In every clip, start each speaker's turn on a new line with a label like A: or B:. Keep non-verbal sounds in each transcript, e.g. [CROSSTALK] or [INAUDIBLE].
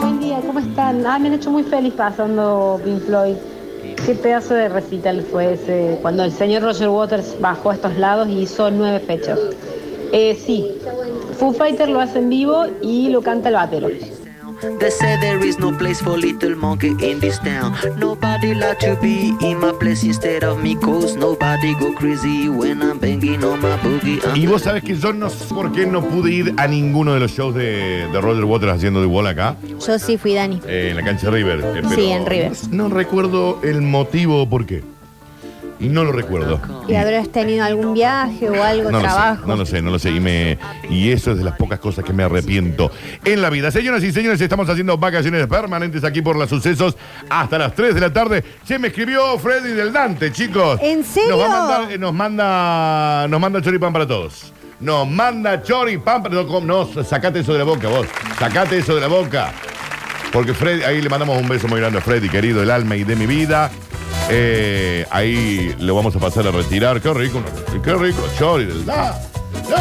A: Buen día, ¿cómo están? Ah, me han hecho muy feliz pasando Pink Floyd. Qué pedazo de recital fue ese, cuando el señor Roger Waters bajó a estos lados y hizo nueve fechas. Eh, sí, Foo Fighter lo hace en vivo y lo canta el batero.
B: They say there is no place for little monkey in this town. Nobody like to be in my place instead of me, cause nobody go crazy when I'm banging on my boogie. I'm
C: Y vos sabés que yo no sé por qué no pude ir a ninguno de los shows de, de Roger Waters haciendo de bola acá,
D: Yo sí fui Dani.
C: eh, en la cancha de River. eh,
D: Sí, en River.
C: No recuerdo el motivo o por qué. No lo recuerdo.
D: ¿Y habrás tenido algún viaje o algo,
C: No lo, sé,
D: trabajo?
C: no lo sé, no lo sé. Y, me- y eso es de las pocas cosas que me arrepiento en la vida. Señoras y señores, estamos haciendo vacaciones permanentes aquí por los sucesos hasta las 3 de la tarde. Se me escribió Freddy del Dante, chicos.
D: ¿En serio?
C: Nos, va a mandar- eh, nos manda, nos manda choripán para todos. Nos manda choripán para todos. No, sacate eso de la boca, vos. Sacate eso de la boca. Porque Freddy, ahí le mandamos un beso muy grande a Freddy, querido, el alma y de mi vida. Eh, ahí lo vamos a pasar a retirar. Qué rico, qué rico, Chori del da- no.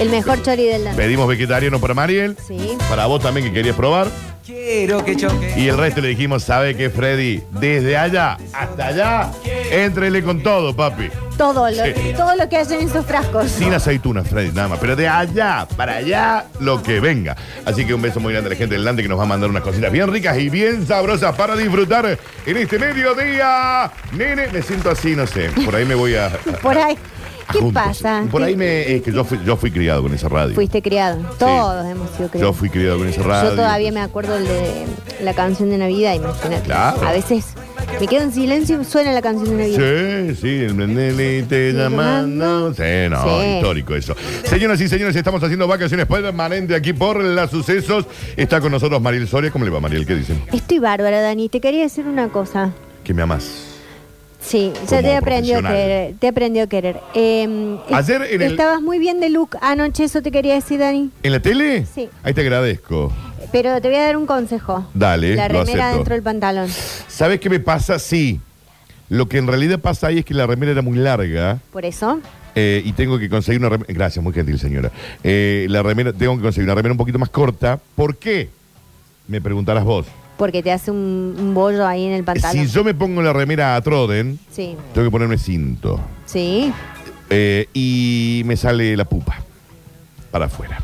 D: El mejor chori del Dani.
C: Pedimos vegetariano para Mariel,
D: Sí.
C: para vos también que querías probar.
E: Quiero que choque.
C: Y el resto le dijimos, ¿sabe qué, Freddy? Desde allá hasta allá, entrele con todo, papi.
D: Todo lo,
C: Sí.
D: todo lo que hacen en esos frascos.
C: Sin aceitunas, Freddy, nada más. Pero de allá para allá, lo que venga. Así que un beso muy grande a la gente del Dante que nos va a mandar unas cositas bien ricas y bien sabrosas para disfrutar en este mediodía. Nene, me siento así, no sé. Por ahí me voy a.
D: [LAUGHS] Por ahí.
C: a
D: ¿Qué
C: juntos.
D: pasa?
C: Por ahí me. Es que yo fui, yo fui criado con esa radio.
D: Fuiste criado. Todos hemos sido
C: Yo
D: criados.
C: fui criado con esa radio.
D: Yo todavía me acuerdo el de la canción de Navidad, imagínate.
C: Claro.
D: A veces me quedo en silencio y suena la canción de Navidad.
C: Sí, sí, el Mendeley te llamando. Sí, no,
D: Sí.
C: histórico eso. Señoras y señores, estamos haciendo vacaciones permanentes aquí por las sucesos. Está con nosotros Mariel Soria. ¿Cómo le va, Mariel? ¿Qué dicen?
D: Estoy bárbara, Dani. Te quería decir una cosa.
C: Que me amás.
D: Sí,
C: Como
D: ya te aprendió a
C: profesional.
D: querer. Te aprendió a querer. Eh, es-
C: Ayer en el-
D: Estabas muy bien de look anoche, eso te quería decir, Dani.
C: ¿En la tele?
D: Sí.
C: Ahí te agradezco.
D: Pero te voy a dar un consejo.
C: Dale,
D: La
C: lo
D: remera
C: acepto.
D: dentro del pantalón.
C: ¿Sabes qué me pasa? Sí. Lo que en realidad pasa ahí es que la remera era muy larga
D: Por eso.
C: eh, y tengo que conseguir una remera. Gracias, muy gentil, señora. Eh, la remera, tengo que conseguir una remera un poquito más corta. ¿Por qué? Me preguntarás vos.
D: Porque te hace un, un bollo ahí en el pantalón.
C: Si yo me pongo la remera a Troden,
D: Sí,
C: tengo que ponerme cinto.
D: sí.
C: Eh, y me sale la pupa para afuera.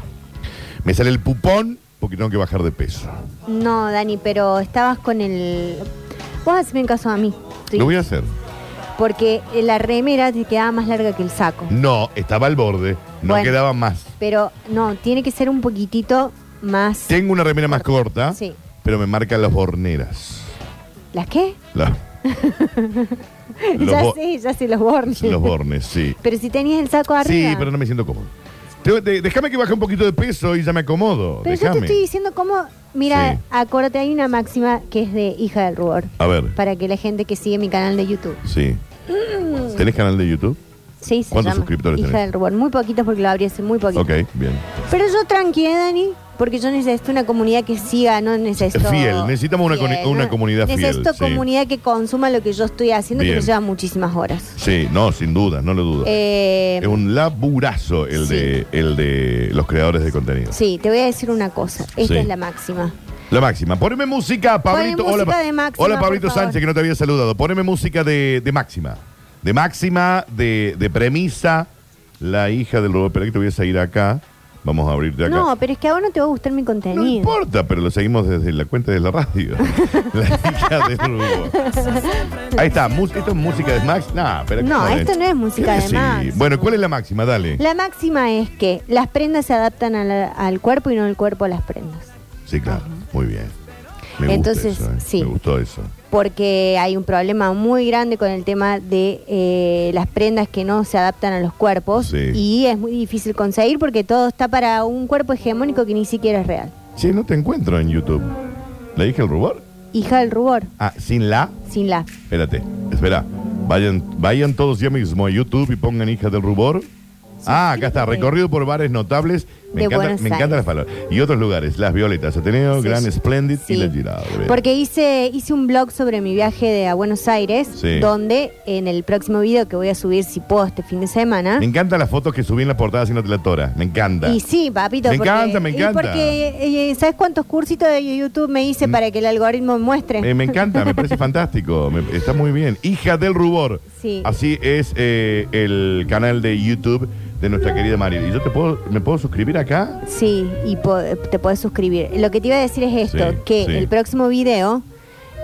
C: Me sale el pupón porque tengo que bajar de peso.
D: No, Dani, pero estabas con el... Vos haceme caso a mí. sí.
C: Lo voy a hacer.
D: Porque la remera te quedaba más larga que el saco.
C: No, estaba al borde, no
D: Bueno.
C: quedaba más.
D: Pero no, tiene que ser un poquitito más...
C: Tengo una remera más corta,
D: Sí.
C: pero me marcan las borneras.
D: ¿Las qué? [LAUGHS]
C: La- los,
D: ya
C: bo-
D: sé, ya sé, los bornes.
C: los bornes, sí.
D: Pero si tenías el saco arriba.
C: Sí, pero no me siento cómodo. Tengo- de- Déjame que baje un poquito de peso y ya me acomodo.
D: Pero yo te
C: Déjame.
D: estoy diciendo cómo... Mira,
C: Sí.
D: acuérdate, hay una máxima que es de hija del rubor.
C: A ver,
D: Para que la gente que sigue mi canal de YouTube.
C: sí. ¿Tenés canal de YouTube?
D: Sí, se
C: ¿Cuántos
D: llama
C: suscriptores
D: Hija
C: tenés?
D: del Rubor. Muy poquitos porque lo abrí hace muy poquito.
C: Ok, bien.
D: Pero yo tranquila, Dani, porque yo necesito una comunidad que siga, no necesito...
C: Fiel, necesitamos una coni- una
D: ¿no?
C: comunidad fiel,
D: Necesito
C: sí.
D: comunidad que consuma lo que yo estoy haciendo, que
C: Bien.
D: me lleva muchísimas horas.
C: Sí, no, sin duda, no lo dudo.
D: Eh,
C: Es un laburazo el,
D: Sí.
C: de, el de los creadores de contenido.
D: Sí, te voy a decir una cosa. Esta
C: Sí.
D: es la máxima.
C: La máxima. Poneme música, Pablito.
D: Poneme música
C: Pa-
D: de máxima,
C: hola, Pablito
D: por favor.
C: Sánchez, que no te había saludado. Poneme música de, de máxima. De máxima, de, de premisa. La hija del robot. Pero que te voy a seguir acá. Vamos a abrirte acá.
D: No, pero es que ahora no te va a gustar mi
C: No
D: contenido.
C: importa, pero lo seguimos desde la cuenta de
D: [LAUGHS]
C: la radio. la hija del robot. Ahí está. mu- Esto es música de Max. Nah, pero
D: No, esto no es música de
C: Max.
D: máxima.
C: Bueno, ¿cuál es la máxima? Dale.
D: La máxima es que las prendas se adaptan a la- al cuerpo y no el cuerpo a las prendas.
C: Sí, claro. Muy bien. Me gusta
D: Entonces,
C: eso, ¿eh?
D: sí.
C: Me gustó eso.
D: porque hay un problema muy grande con el tema de eh, las prendas que no se adaptan a los cuerpos
C: Sí.
D: y es muy difícil conseguir porque todo está para un cuerpo hegemónico que ni siquiera es real.
C: Che, no te encuentro en YouTube. ¿La hija del rubor?
D: Hija del rubor,
C: Ah, sin la.
D: sin la.
C: Espérate, espera. Vayan, vayan todos ya mismo a YouTube y pongan hija del rubor. ah, acá está, recorrido por bares notables Me,
D: de
C: encanta,
D: Buenos
C: me encantan las
D: Aires.
C: palabras. Y otros lugares, las violetas, Ateneo,
D: Sí,
C: Gran
D: sí.
C: Splendid y
D: Sí.
C: la Girardot.
D: Porque hice, hice un blog sobre mi viaje de, a Buenos Aires,
C: Sí.
D: donde en el próximo video que voy a subir, si puedo, este fin de semana.
C: Me encantan las fotos que subí en la portada haciéndote la tora. Me encanta.
D: Y sí, papito.
C: Me
D: porque-
C: encanta, me
D: y
C: encanta. Mm.
D: porque, eh, ¿sabes cuántos cursitos de YouTube me hice para que el algoritmo me muestre?
C: Eh, me encanta,
D: [LAUGHS]
C: me parece fantástico. Me- está muy bien. Hija del Rubor.
D: Sí.
C: Así es eh, el canal de YouTube de nuestra querida María. ¿Y yo te puedo, me puedo suscribir acá?
D: Sí, y po- te puedes suscribir. Lo que te iba a decir es esto,
C: Sí,
D: que
C: sí.
D: el próximo video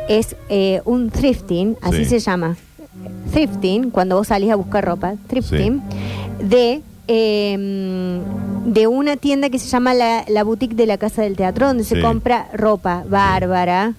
D: es eh, un thrifting, así
C: Sí.
D: se llama. Thrifting, cuando vos salís a buscar ropa, thrifting, de, eh, de una tienda que se llama la, la Boutique de la Casa del Teatro, donde
C: Sí.
D: se compra ropa bárbara,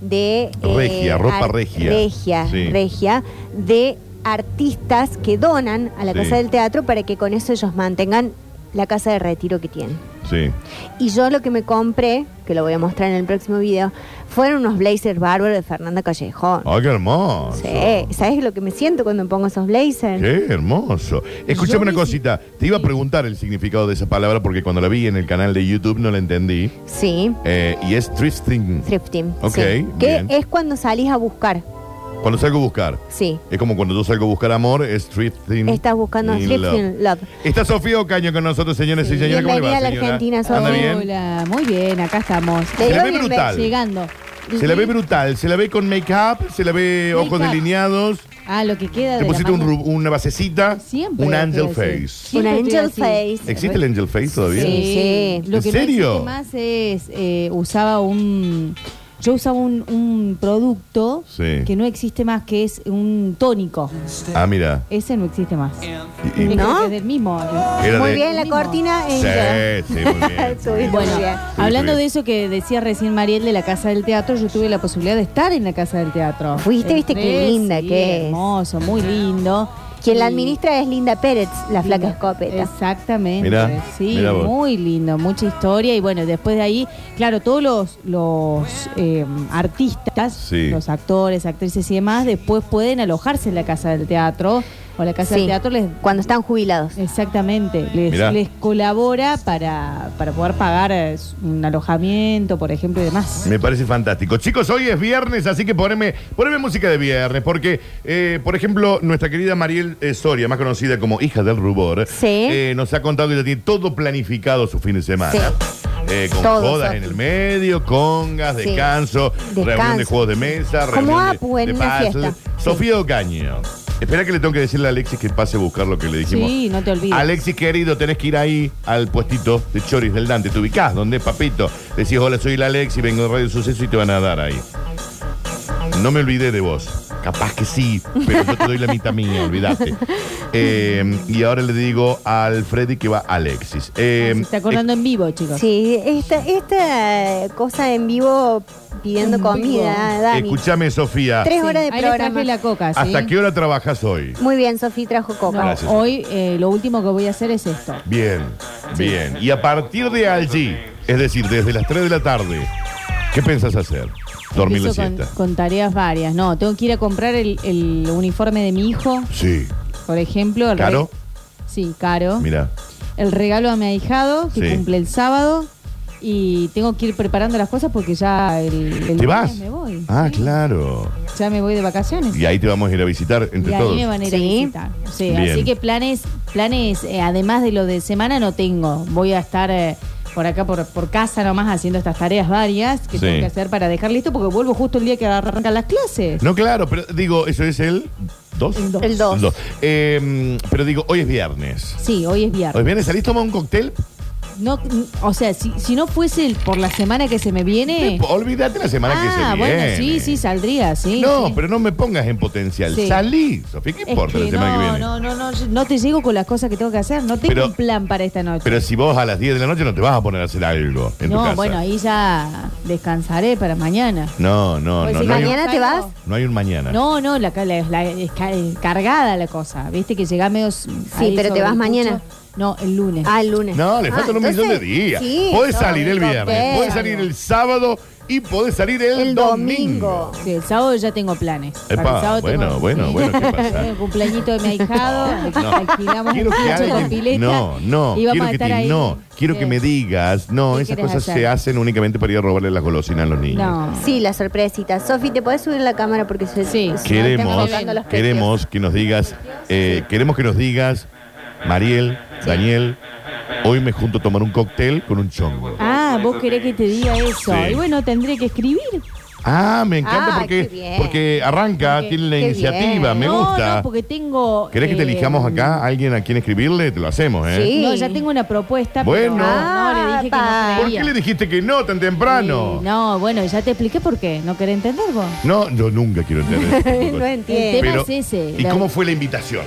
D: de... eh,
C: Regia, ropa
D: ar-
C: regia.
D: Regia,
C: Sí.
D: regia, de artistas que donan a la
C: Sí.
D: Casa del Teatro para que con eso ellos mantengan la casa de retiro que tienen.
C: Sí.
D: Y yo lo que me compré, que lo voy a mostrar en el próximo video, fueron unos blazers bárbaros de Fernanda Callejón.
C: ¡Ay, Ah, qué hermoso!
D: Sí, ¿sabes lo que me siento cuando me pongo esos blazers?
C: ¡Qué hermoso!
D: Yo
C: Escuchame una
D: me-
C: cosita. Te iba a preguntar el significado de esa palabra porque cuando la vi en el canal de YouTube no la entendí.
D: Sí,
C: Eh, y es thrifting.
D: thrifting.
C: Ok,
D: sí. Que
C: bien.
D: es cuando salís a buscar,
C: Cuando salgo a buscar.
D: sí.
C: Es como cuando yo salgo a buscar amor, es thrifting.
D: Estás buscando
C: in
D: thrifting love.
C: Está Sofía Ocaño con nosotros, señores y
D: Sí.
C: señores. ¿Cómo le va,
D: Bienvenida a la
C: señora?
D: Argentina,
C: ¿Anda
D: Sofía.
C: bien?
F: Hola, muy bien, acá estamos.
D: Te
C: Se la
D: digo
C: ve
D: bienven-
C: brutal.
F: Llegando.
C: Se la ve brutal, se la ve con make-up, se la ve
F: Make-up.
C: ojos delineados.
F: Ah, lo que queda
C: Te
F: de la
C: pusiste un
F: mano.
C: ru- una basecita,
F: Siempre.
C: un
F: te
C: angel
F: voy a decir.
C: face.
D: Un
F: Siempre te voy a
D: angel
F: decir.
D: face.
C: ¿Existe el angel face todavía?
F: Sí,
D: Sí.
F: Lo
C: ¿eh? ¿En
F: que
C: serio?
F: no existe más es eh, usaba un yo usaba un, un producto
C: Sí.
F: que no existe más que es un tónico.
C: Ah, mira.
F: Ese no existe más.
C: Y- y-
F: Me
D: ¿No?
F: parece que Es del mismo.
C: era
D: Muy
C: de-
D: bien, la
F: Mismo.
D: cortina. angel.
C: Sí, sí, muy
D: [LAUGHS]
C: bien.
D: Subí, subí.
F: Bueno,
D: bien.
F: hablando de eso que decía recién Mariel de la Casa del Teatro, yo tuve la posibilidad de estar en la Casa del Teatro.
D: Fuiste, viste qué
F: Entré,
D: linda
F: sí,
D: que es.
F: Hermoso, muy lindo.
D: Quien la
F: Y-
D: administra es Linda Pérez, la flaca escopeta.
F: Exactamente.
C: Mirá,
F: sí,
C: mirá vos.
F: muy lindo, mucha historia. Y bueno, después de ahí, claro, todos los, los eh, artistas,
C: Sí.
F: los actores, actrices y demás, después pueden alojarse en la casa del teatro. O la casa
D: Sí,
F: del teatro les.
D: Cuando están jubilados.
F: Exactamente, les,
C: Mirá.
F: les colabora para, para poder pagar eh, un alojamiento, por ejemplo, y demás.
C: Me parece fantástico. Chicos, hoy es viernes, así que poneme, poneme música de viernes, porque, eh, por ejemplo, nuestra querida Mariel eh, Soria, más conocida como hija del rubor,
D: Sí.
C: eh, nos ha contado que ya tiene todo planificado su fin de semana.
D: Sí.
C: Eh, con
D: Todo,
C: jodas
D: Sofi.
C: en el medio, congas,
D: Sí.
C: descanso, reunión de
D: Descanso.
C: juegos de mesa,
D: Como
C: reunión de-
D: Apu en
C: de
D: una
C: puzzle.
D: fiesta.
C: Sofía Ocaño. Espera que le tengo que decirle a Alexis que pase a buscar lo que le dijimos.
F: Sí, no te olvides.
C: Alexis, querido, tenés que ir ahí al puestito de Choris del Dante. Te ubicás, ¿dónde, papito? Decís, hola, soy el Alexis, vengo de Radio Suceso y te van a dar ahí. No me olvidé de vos. Capaz que sí, pero yo te doy la mitad mía,
D: [LAUGHS]
C: olvidate. Eh, y ahora le digo al Freddy que va Alexis. Eh,
F: Ah, Se está acordando en vivo, chicos.
D: Sí, esta, esta cosa en vivo pidiendo
F: En
D: comida,
F: vivo.
D: Dani.
C: Escúchame, Sofía.
D: Tres horas de
F: Ahí le traje
D: programa.
F: la coca, ¿sí?
C: ¿Hasta qué hora trabajas hoy?
D: Muy bien, Sofi trajo
F: No,
D: coca.
C: Gracias.
F: hoy eh, lo último que voy a hacer es esto.
C: Bien, bien. Y a partir de allí, es decir, desde las 3 de la tarde, ¿qué pensás hacer? Dormir la
F: Empiezo con,
C: siesta.
F: con tareas varias. No, tengo que ir a comprar el, el uniforme de mi hijo,
C: Sí,
F: por ejemplo. El re-
C: ¿Caro?
F: Sí, caro.
C: mira.
F: El regalo a mi ahijado, que
C: Sí.
F: cumple el sábado. Y tengo que ir preparando las cosas porque ya el, el
C: ¿Te
F: lunes
C: vas?
F: me voy.
C: Ah,
F: Sí,
C: claro.
F: Ya me voy de vacaciones.
C: Y ahí te vamos a ir a visitar
F: Y
C: entre
F: ahí
C: todos.
F: me van a ir a
D: Sí.
F: visitar. Sí,
C: Bien.
F: así que planes, planes eh, además de lo de semana, no tengo. Voy a estar eh, por acá, por, por casa nomás, haciendo estas tareas varias que
C: Sí.
F: tengo que hacer para dejar listo, porque vuelvo justo el día que arrancan las clases.
C: No, claro, pero digo, eso es el 2.
F: El dos.
D: El dos.
C: Em, pero digo, hoy es viernes.
F: Sí, hoy es
C: Hoy es
F: viernes.
C: viernes, ¿salís a tomar un cóctel?
F: No, n- o sea, si, si no fuese el- por la semana que se me viene.
C: Olvídate la semana que se
F: ah,
C: viene.
F: bueno, sí, sí, saldría, sí.
C: No,
F: sí.
C: pero no me pongas en potencial.
F: Sí.
C: Salí, Sofía, ¿qué
F: Es
C: importa
F: que
C: la semana
F: no,
C: que viene?
F: No, no, no, yo no te llego con las cosas que tengo que hacer. No tengo
C: Pero-
F: un plan para esta noche.
C: Pero si vos a las 10 de la noche no te vas a poner a hacer algo en tu
F: no,
C: casa.
F: bueno, ahí ya descansaré para mañana.
C: No, no,
F: Pues
C: no.
F: si
C: No hay, un,
D: mañana te vas.
C: no hay un mañana.
F: No, no, la, la- la- es ca- es cargada la cosa. Viste que llegás medio. Sí,
D: pero te vas mañana.
F: No, el lunes.
D: Ah, el lunes.
C: No, le
D: Ah,
C: faltan un
D: entonces,
C: millón de días.
D: sí,
C: Podés
D: no,
C: salir el
D: no,
C: viernes,
D: pero-
C: podés salir el sábado y podés salir el,
D: El domingo.
F: Sí, el sábado ya tengo planes. Para
C: Epa,
F: el sábado
C: bueno,
F: tengo-
C: bueno,
F: sí. [LAUGHS]
C: bueno, ¿qué pasa?
F: El cumpleañito de mi ahijado,
C: No.
F: alquilamos
C: Quiero
F: un
C: que
F: pincho en la
C: alguien-
F: pileta.
C: no, no,
F: y vamos
C: quiero
F: a
C: que,
F: estar
C: te-
F: ahí.
C: no, quiero que
F: Sí.
C: me digas, no,
F: ¿Qué
C: esas
F: querés
C: cosas se
F: hacer?
C: hacen únicamente para ir a robarle las golosinas a los niños.
F: No.
D: Sí, la sorpresita. Sofi, ¿te podés subir la cámara? Porque se, se-
F: Sí.
D: se- están
C: Queremos,
D: tocando los
C: queremos que nos digas, eh, queremos que nos digas, Mariel, Daniel, hoy me junto a tomar un cóctel con un chongo.
F: Ah, vos querés que te diga eso.
C: Sí.
F: Y bueno, tendré que escribir.
C: Ah, me encanta
D: Ah, qué
C: porque,
D: bien.
C: porque arranca,
F: Porque-
C: tiene la
D: qué
C: iniciativa,
D: bien.
C: me
F: no,
C: gusta.
F: no, porque tengo.
C: ¿Querés que te
F: eh,
C: elijamos acá a alguien a quien escribirle? Te lo hacemos, ¿eh?
D: Sí.
F: No, ya tengo una propuesta. Pero,
C: Bueno.
F: no, le dije que
D: Ah,
F: no
C: ¿Por
F: creía.
C: qué le dijiste que no tan temprano?
F: Sí, no, bueno, ya te expliqué por qué. No querés entender vos.
C: No, yo nunca quiero entender.
D: [LAUGHS]
C: este
D: No
F: El
D: entiendo.
F: tema- es ese,
C: ¿Y
F: la-
C: cómo fue la invitación?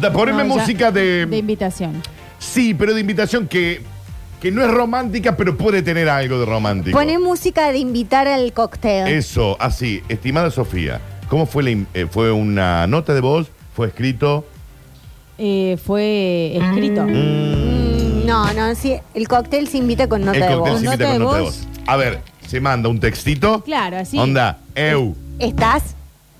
C: Da- Poneme
F: No, ya-
C: música de,
F: De invitación.
C: Sí, pero de invitación que, que no es romántica, pero puede tener algo de romántico.
D: Poné música de invitar al cóctel.
C: Eso, así. Estimada Sofía, ¿cómo fue la in- eh, ¿Fue una nota de voz? ¿Fue escrito?
F: Eh, fue escrito.
D: Mm, no, no, sí. El cóctel se invita con nota
C: El
D: de
C: cóctel
D: voz.
C: se
F: Nota
C: invita con
F: de
C: nota de
F: voz.
C: voz. A ver, se manda un textito.
F: Claro, así.
C: Onda, EU
D: ¿Estás?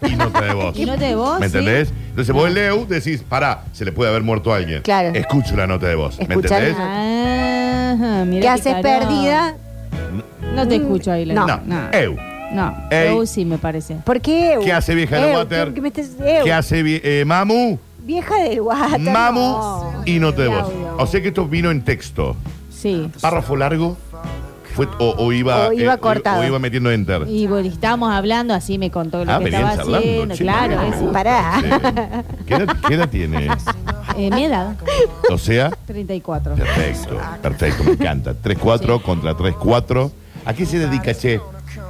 C: y nota de voz.
F: Y nota de voz,
C: ¿Me
F: sí.
C: entendés? Entonces vos el EU decís, pará, se le puede haber muerto a alguien.
D: Claro.
C: Escucho la nota de voz. ¿Me
D: Escuchá la
C: entendés?
D: nota.
F: Ah, mirá
D: ¿Qué haces
F: carón.
D: perdida?
F: No te escucho ahí,
D: No.
C: No, EU.
F: No,
C: Ey.
F: eu sí me parece.
D: ¿Por qué?
C: ¿Qué hace vieja del
D: Eu,
C: water?
D: ¿Qué, me estás- Eu, Ah,
C: ¿Qué hace vi- eh, Mamu?
D: Vieja del water.
C: Mamu
D: no.
C: y nota de
D: El
C: voz.
D: audio.
C: O sea que esto vino en texto.
F: Sí.
C: párrafo largo fue, o, o iba,
D: O iba
C: eh,
D: cortado.
C: o iba metiendo enter.
F: Y bueno, estábamos hablando, así me contó lo
C: Ah,
F: que
C: venían
F: estaba
C: charlando,
F: haciendo.
C: che,
F: claro,
C: me
F: eso.
C: gusta,
D: Pará.
C: che. ¿Qué edad, qué edad tienes?
F: Eh, mi edad,
C: O sea,
F: 34.
C: perfecto, perfecto, me encanta. 3-4 contra 3-4. ¿A qué se dedica, che?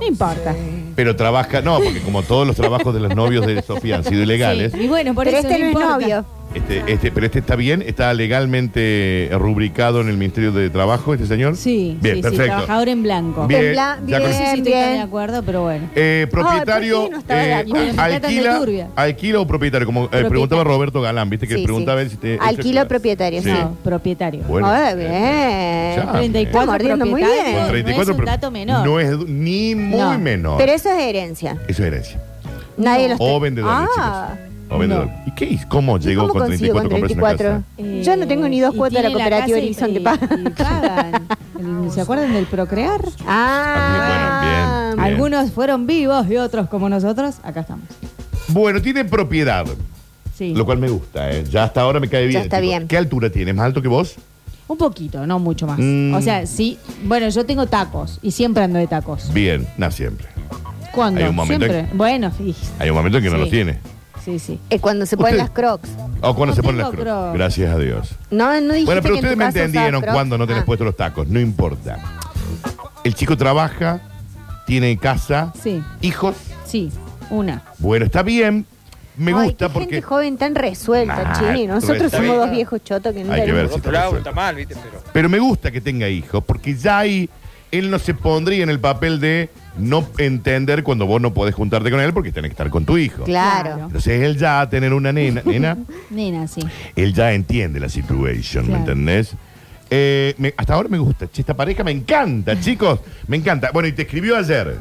F: No importa.
C: Pero trabaja, no, porque como todos los trabajos de los novios de Sofía han sido ilegales,
F: Sí, Y bueno, por
D: Pero
F: eso
D: este no
F: no
D: es
F: importa.
D: novio.
C: este, este, pero este está bien, está legalmente rubricado en el Ministerio de Trabajo, este señor.
F: Sí,
C: bien,
F: sí, sí,
C: perfecto.
F: trabajador en blanco.
C: Bien,
D: En bla-
C: ya con-
F: No sé si
D: bien,
F: estoy tan de
D: bien.
F: acuerdo, pero bueno.
C: Eh,
D: Ay,
C: propietario
D: ¿por qué no Ah, estaba de
C: eh,
D: acuerdo?
F: Y me tratan de
C: alquila,
F: turbia.
C: alquila o propietario, como eh, preguntaba Roberto Galán, viste que
D: Sí, sí.
C: preguntaba él si te
D: Alquila o propietario, sí.
F: No, propietario.
C: Bueno,
D: Ah,
C: ya.
D: bien.
F: 34
D: Estamos ardiendo muy
F: propietario,
D: bien. Con
C: Con
F: no es
C: 34,
F: un dato menor.
C: No es ni muy
F: No.
C: menor.
D: Pero eso es herencia.
C: Eso es herencia.
D: Nadie los
C: O
D: te-
C: vendedor,
D: Ah.
C: chicos. O vendedor. ¿Y qué hizo? ¿Cómo
D: ¿Y
C: llegó
D: ¿Cómo
C: con
D: consigo
C: 34
D: con
C: comprarse
D: 34?
C: una
F: Eh,
D: Yo no tengo ni dos
F: y
D: cuotas de la
F: tiene
D: cooperativa
F: casa y-
D: Horizonte
F: y-
D: Paga.
F: y pagan. El- ¿Se acuerdan del procrear?
D: Ah,
C: Bien.
F: Algunos fueron vivos y otros como nosotros. Acá estamos.
C: casa? Bueno, tiene propiedad,
F: Sí.
C: lo cual me gusta, ¿eh? Ya hasta ahora me cae bien.
D: está
C: chicos.
D: bien.
C: ¿Qué altura tiene? ¿Más alto que vos?
F: Un poquito, no mucho más.
C: Mm.
F: O sea, sí. Bueno, yo tengo tacos y siempre ando de tacos.
C: Bien, no siempre.
F: ¿Cuándo?
C: Hay un momento
F: siempre. Bueno, sí.
C: Hay un momento que no
F: Sí.
C: lo tiene.
F: Sí, sí.
D: Eh, cuando se ponen
C: Usted-
D: las crocs.
C: O cuando
F: No
C: se ponen las
F: tengo
C: crocs.
F: crocs.
C: Gracias a Dios.
D: No, no dijiste
C: Bueno, pero
D: que en tu
C: ustedes me
D: casa usabas
C: entendieron
D: crocs.
C: cuando no tenés
D: Ah.
C: puesto los tacos, no importa. El chico trabaja, tiene casa,
F: Sí.
C: hijos.
F: Sí. Una.
C: Bueno, está bien, me
D: Ay,
C: gusta
D: qué
C: porque.
D: gente joven tan resuelta,
C: Nah,
D: Chini. Nosotros
C: resuelta.
D: somos dos viejos chotos que no
C: Hay que
D: tenemos-
C: ver
G: Por
C: si está
G: otro lado,
C: resuelto.
G: está mal, ¿viste? Pero
C: Pero me gusta que tenga hijos porque ya ahí él no se pondría en el papel de no entender cuando vos no podés juntarte con él porque tenés que estar con tu hijo.
D: Claro.
F: Claro.
C: Entonces él ya a tener
D: [LAUGHS]
C: una nena, nena,
F: Nena, sí.
C: él ya entiende la situación, ¿me
F: Claro.
C: entendés? Eh, me- hasta ahora me gusta, che, esta pareja
D: [LAUGHS]
C: me encanta, chicos, me encanta. Bueno, y te escribió ayer.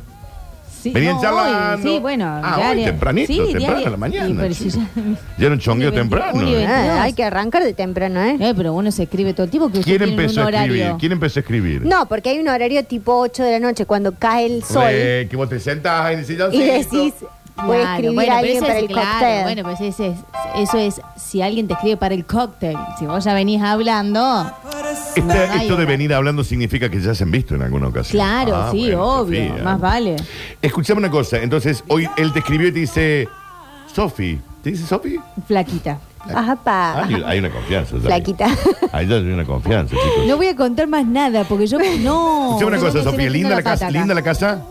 F: Sí,
C: Venían
F: no,
C: charlando.
F: hoy, sí, bueno.
C: Ah, hoy
F: diaria-
C: tempranito,
F: sí,
C: temprano
F: diaria-
C: a la mañana.
F: Y, pero si
C: chico.
F: ya- [LAUGHS]
C: Ya era un chongueo
F: Tiene
C: temprano.
F: 21 y
C: eh.
F: 22.
D: Ah, hay que arrancar de temprano, ¿eh?
F: Eh, pero uno se escribe todo el tiempo que usted
C: ¿Quién
F: tiene un
C: empezó a escribir?
F: horario.
C: ¿Quién empezó a escribir?
D: No, porque hay un horario tipo 8 de la noche cuando cae el sol
C: Eh, que vos te sentás en el
D: y
C: silloncito.
D: decís, voy a
F: Claro,
D: escribir
F: bueno,
D: a
F: pero
D: alguien
F: eso
D: para
F: es-
D: el
F: claro,
D: cóctel.
F: Bueno, pues ese es- eso es si alguien te escribe para el cóctel. Si vos ya venís hablando,
C: Este-
F: No, no hay
C: esto de
F: hora.
C: venir hablando significa que ya se han visto en alguna ocasión.
F: claro,
C: Ah,
F: sí,
C: bueno,
F: obvio,
C: Sofía.
F: más vale.
C: Escuchame una cosa, entonces hoy él te escribió y te dice, Sofi, ¿te dice Sofi?
F: Flaquita.
D: Ajá, pa.
C: Ah, hay, hay una confianza. ya.
D: Flaquita.
C: Ahí ya hay una confianza, chicos.
F: No voy a contar más nada porque
C: [LAUGHS]
F: yo no.
C: Escuchame una
F: yo
C: cosa,
F: estoy
C: Sofía,
F: metiendo
C: linda la
F: pata
C: casa,
F: acá.
C: linda la casa,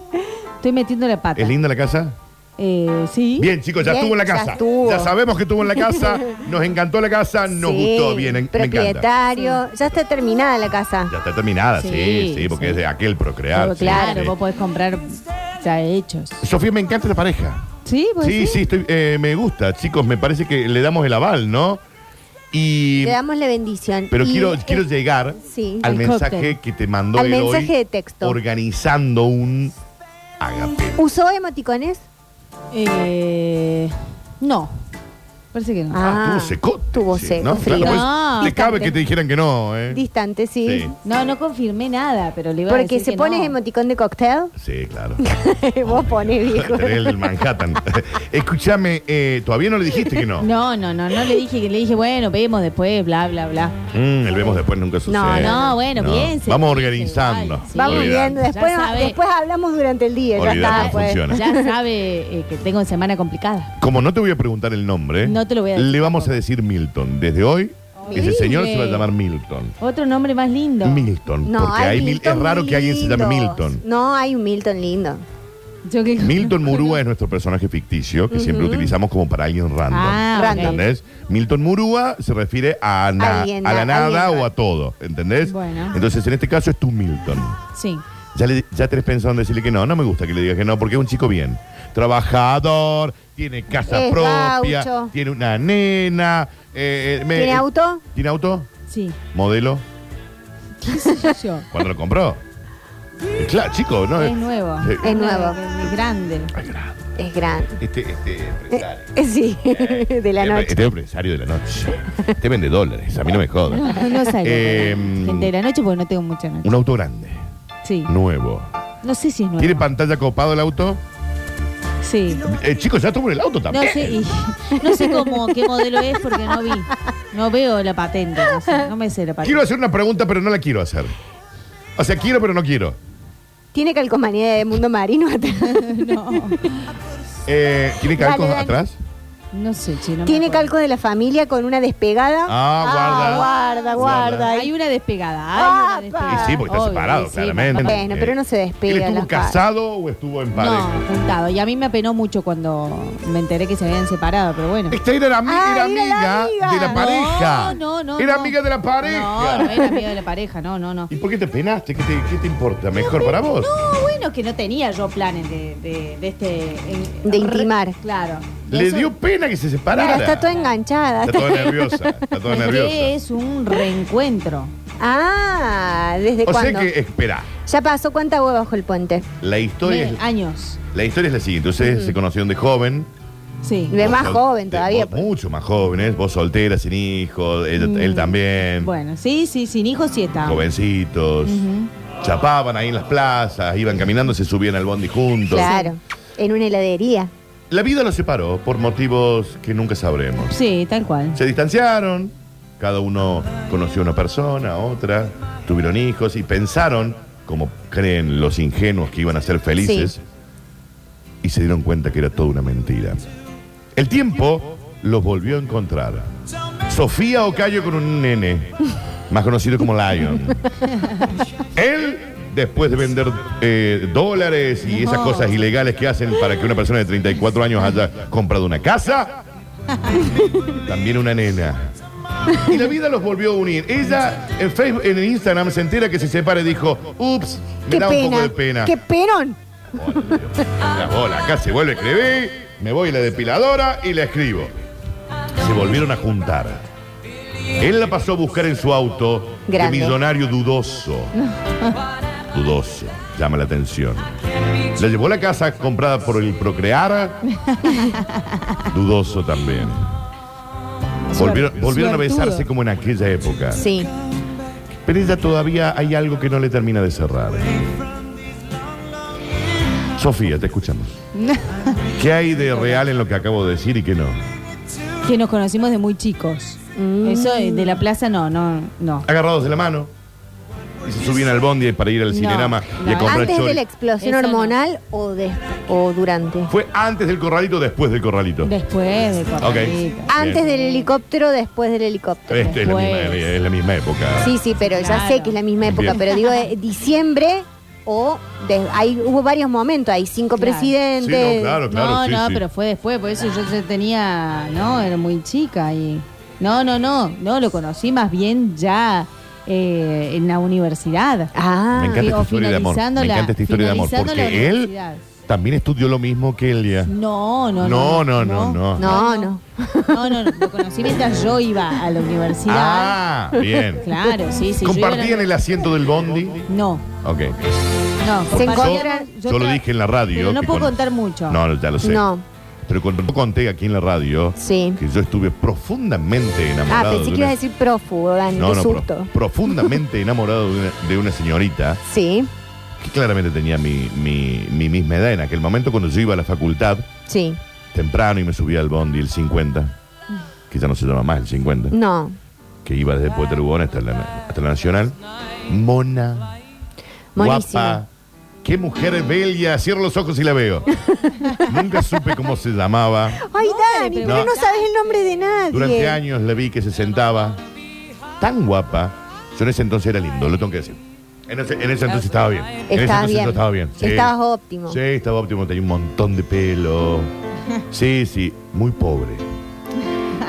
F: Estoy metiendo la pata.
C: es linda la casa.
F: Eh, sí.
C: Bien, chicos, ya
D: Bien,
C: estuvo en la
D: ya
C: casa.
D: estuvo.
C: sabemos que estuvo en
D: [LAUGHS]
C: la casa, nos encantó la casa, [LAUGHS] nos
D: Sí,
C: gustó bien, en- me encanta.
D: Propietario. Ya está terminada la casa.
C: Ya está terminada, sí, sí,
F: Sí,
C: porque
F: sí.
C: es de aquel procrear.
F: Pero
C: ah, sí,
F: claro,
C: sí.
F: vos podés comprar ya hechos.
C: Sofía, me encanta la pareja.
F: Sí, vos
C: Sí,
F: decís.
C: sí, estoy- eh, me gusta, chicos, me parece que le damos el aval, ¿no? Y
D: Le damos la bendición.
C: pero
D: Y,
C: quiero
D: eh,
C: quiero llegar
D: sí.
C: al
F: Al
C: mensaje
F: cóctel.
C: que te mandó
D: Al
C: él hoy,
D: mensaje de texto.
C: organizando un Agape.
D: ¿Usó emoticones?
F: Eh, no. Parece que no.
C: Ah,
D: Ah,
C: tuvo secote.
D: tuvo
C: sí,
D: seco,
C: ¿no?
D: frío.
C: Claro, pues,
F: No,
C: te cabe
D: bastante.
C: que te dijeran que no, ¿eh?
D: Distante, sí.
C: Sí.
F: No, no confirmé nada, pero le iba a
D: Porque
F: decir
D: se
F: que
D: pone
F: no.
D: emoticón de cóctel. [LAUGHS]
C: Sí, claro.
D: Vos
C: [LAUGHS]
D: pones viejo.
C: Tenés
F: [LAUGHS]
C: el Manhattan. Escúchame, eh, todavía no le dijiste que no.
F: No, no, no, no le dije que le dije, bueno, vemos después, bla, bla, bla.
C: Mm, el vemos después nunca sucede.
F: no, bueno, piense,
C: Vamos
F: piense,
C: organizando.
F: igual, sí.
D: Vamos viendo.
F: Ya
D: Después,
F: sabe.
D: después hablamos durante el día.
C: Olvídate,
D: ya
C: no
D: está. pues.
C: funciona.
F: Ya sabe eh, que tengo semana complicada.
C: Como no te voy a preguntar el nombre,
F: No te lo voy a decir
C: ¿Eh? le vamos a
F: tampoco.
C: decir Milton. Desde hoy, ese
F: Horrible.
C: señor se va a llamar Milton.
F: Otro nombre más lindo.
C: Milton,
D: No,
C: porque hay mil-
D: Milton
C: es raro que alguien se llame
D: lindos.
C: Milton.
D: No, hay un Milton lindo.
F: Yo que-
C: Milton Murúa es nuestro personaje ficticio que siempre utilizamos como para alguien random.
F: Ah, ok.
C: ¿Entendés? Milton Murúa se refiere a, na-
D: Alguien,
C: a la
D: a-
C: nada
D: alguien.
C: o a todo. ¿Entendés?
F: Bueno.
C: Entonces, en este caso es tu Milton.
F: Sí.
C: Ya, le, ya tenés pensado en decirle que no. No me gusta que le digas que no, porque es un chico bien. Trabajador, tiene casa
D: Es
C: propia,
D: gaucho.
C: tiene una nena. eh, eh, me-
D: ¿Tiene auto?
C: ¿Tiene auto?
F: Sí.
C: ¿Modelo?
F: ¿Qué sé yo?
C: ¿Cuándo lo compró? Eh, Claro, chico, [LAUGHS] ¿no?
F: Es
C: Eh,
F: nuevo.
C: Sí.
D: Es nuevo.
F: Es grande.
C: ay, gra-
D: Es grande. [LAUGHS]
C: Este, este empresario.
D: Sí, de Eh, la
C: Este-
D: noche.
C: Este empresario de la noche. Te vende dólares, a mí no me
D: [LAUGHS]
F: No,
C: jodas.
F: no salgo.
C: Eh,
F: Gente de la noche porque no tengo mucha noche.
C: Un auto grande,
F: Sí.
C: nuevo.
F: No sé si es nuevo.
C: ¿Tiene pantalla copado el auto?
F: Sí.
C: Eh, chicos, ya estuvo en el auto
F: No
C: también.
F: sé, y- [LAUGHS] no sé cómo, qué modelo es porque no vi. No veo la patente. No, sé, no me sé la
C: Quiero
F: patente.
C: hacer una pregunta, pero no la quiero hacer. O sea, quiero, pero no quiero.
D: ¿Tiene calcomanía de mundo marino [LAUGHS] atrás?
F: [LAUGHS] No,
C: Eh, ¿Tiene
D: Dale,
C: calcos
D: Dani.
C: atrás?
F: no sé, che, no me
D: Tiene
F: acuerdo.
D: calcos de la familia con una despegada.
C: Ah, guarda.
D: guarda, guarda.
F: Hay una despegada. Hay una
D: ¡Apa!
F: despegada.
C: Y sí, porque está
F: Obvio,
C: separado,
F: sí,
C: claramente. Eh,
F: papá.
D: Bueno, pero no se despega
C: ¿Él estuvo
D: la cara.
C: casado o estuvo en
F: No,
C: pareja?
F: juntado. Y a mí me apenó mucho cuando me enteré que se habían separado, pero bueno.
C: Esta era, la, ami-
D: Ah,
C: era
D: era la
C: amiga
D: amiga.
C: de la
D: No,
F: No,
C: pareja.
F: no, no.
C: Era
F: no.
C: amiga de la pareja.
F: No, no era amiga de la pareja, no, no, no.
C: ¿Y por qué te penaste? ¿Qué te, qué te importa? ¿Mejor para vos?
F: No, bueno, que no tenía yo planes de, de, de este. en-
D: De intimar.
F: Claro. Y
C: Le
F: eso-
C: dio pena que se separara.
D: Mira, está toda enganchada.
C: Está toda nerviosa. Está
F: [LAUGHS]
C: toda
F: Que
C: nerviosa.
F: es un reencuentro.
D: Ah, ¿desde
C: O sea
D: cuándo?
C: que, eh, espera,
D: Ya pasó cuánta agua bajo el puente.
C: la historia,
F: Mil
C: es,
F: años.
C: la historia es la siguiente. Ustedes se conocieron de joven.
F: Sí.
D: Mm. De
C: Vos
D: más
C: sol-
D: joven
C: de-
D: todavía,
C: vos
D: pues. Mm.
C: mucho más jóvenes. Vos soltera, sin hijos. Él, él también.
F: Bueno, sí, sí, sin hijos sí está.
C: Jovencitos. Chapaban ahí en las plazas. Iban caminando, se subían al bondi juntos.
D: Claro. En una heladería.
C: La vida los separó por motivos que nunca sabremos.
F: Sí, tal cual.
C: Se distanciaron, cada uno conoció a una persona, a otra, tuvieron hijos y pensaron, como creen los ingenuos, que iban a ser felices,
D: Sí.
C: y se dieron cuenta que era toda una mentira. El tiempo los volvió a encontrar. Sofía Ocayo con un nene, más conocido como Lion. Él, después de vender eh, dólares y esas
F: No.
C: cosas ilegales que hacen para que una persona de 34 años haya comprado una casa, también una nena. [LAUGHS] Y la vida los volvió a unir. Ella en Facebook, en Instagram se entera que se separa y dijo, ups, me
D: Qué
C: da
D: pena.
C: un poco de pena.
D: Qué perón.
C: La bola, acá se vuelve a escribir, me voy a la depiladora y la escribo. Se volvieron a juntar. Él la pasó a buscar en su auto
D: Grande.
C: de millonario dudoso. dudoso, llama la atención. La llevó a la casa comprada por el Procrear. dudoso también. Volvieron, volvieron a
F: Suertudo.
C: besarse como en aquella época.
D: Sí.
C: Pero ella todavía hay algo que no le termina de cerrar. Sofía,
F: [LAUGHS]
C: te escuchamos. ¿Qué hay de real en lo que acabo de decir y qué no?
F: Que nos conocimos de muy chicos. Eso eh, de la plaza no, no, no.
C: Agarrados de la mano. Y se subían al bondi para ir al cinerama
F: no.
C: y a comprar
D: ¿Antes
C: chori.
D: de la explosión
F: Eso no.
D: hormonal o, de, o durante?
C: ¿Fue antes del corralito o después del corralito?
F: Después de Corralito.
D: Antes
C: Bien.
D: del helicóptero, después del helicóptero.
C: Este es, la misma,
F: Después.
C: es la misma época.
D: Sí, sí, pero ya
F: Claro.
D: sé que es la misma época,
C: Bien.
D: pero digo eh, diciembre o de- hay, hubo varios momentos, hay cinco
F: Claro.
D: presidentes.
C: Sí, no, claro, claro.
F: no,
C: sí,
F: no,
C: sí.
F: pero fue después, por eso yo ya tenía, no, era muy chica y no, no, no, no, lo conocí más bien ya eh, en la universidad.
D: Ah,
C: Me encanta
F: Digo,
C: esta historia de amor.
F: finalizando
C: Me
F: la-
C: encanta esta historia de amor.
F: finalizando la
C: Porque él
F: universidad.
C: también estudió lo mismo que Elia.
F: No, no,
C: No,
F: no.
C: no, no,
D: No,
C: no.
D: no.
F: No, no, no. Lo conocí mientras yo iba a la universidad.
C: Ah, bien.
F: [LAUGHS] Claro, sí, sí. yo iba a la-
C: ¿Compartían el asiento del bondi?
F: No,
C: Ok.
F: no.
D: Se
F: compartíamos-
D: encuentran-
C: Yo, yo lo
F: tra-
C: dije en la radio.
F: Pero no
C: que
F: puedo
C: con-
F: contar mucho.
C: No, no, ya lo sé.
D: No.
C: Pero cuando yo conté aquí en la radio
D: Sí.
C: que yo estuve profundamente
D: Ah,
C: enamorado.
D: pensé que
C: de una-
D: ibas a decir prófugo, Dani,
C: No,
D: qué
C: no, pro-
D: susto. [LAUGHS]
C: profundamente enamorado de una, de una señorita
D: Sí,
C: que claramente tenía mi, mi- mi misma edad. En aquel momento, cuando yo iba a la facultad,
D: sí.
C: temprano y me subía al bondi el 50, que ya no se llama más el 50,
D: No.
C: que iba desde Puerto Rubón hasta la, hasta la Nacional. Mona, guapa.
D: Monísima.
C: Qué mujer bella, cierro los ojos y
D: [LAUGHS]
C: la veo. Nunca supe cómo se llamaba.
D: Ay, Dani, pero
F: pero-
D: no.
C: No.
D: sabes el nombre de nadie.
C: Durante años le vi que se sentaba tan guapa. Yo en ese entonces era lindo, lo tengo que decir. En ese, en ese entonces estaba bien. en
D: Estabas
C: ese entonces
D: bien.
C: yo estaba bien. sí.
D: Estabas óptimo.
C: Sí, estaba óptimo, tenía un montón de pelo. Sí, sí, muy pobre.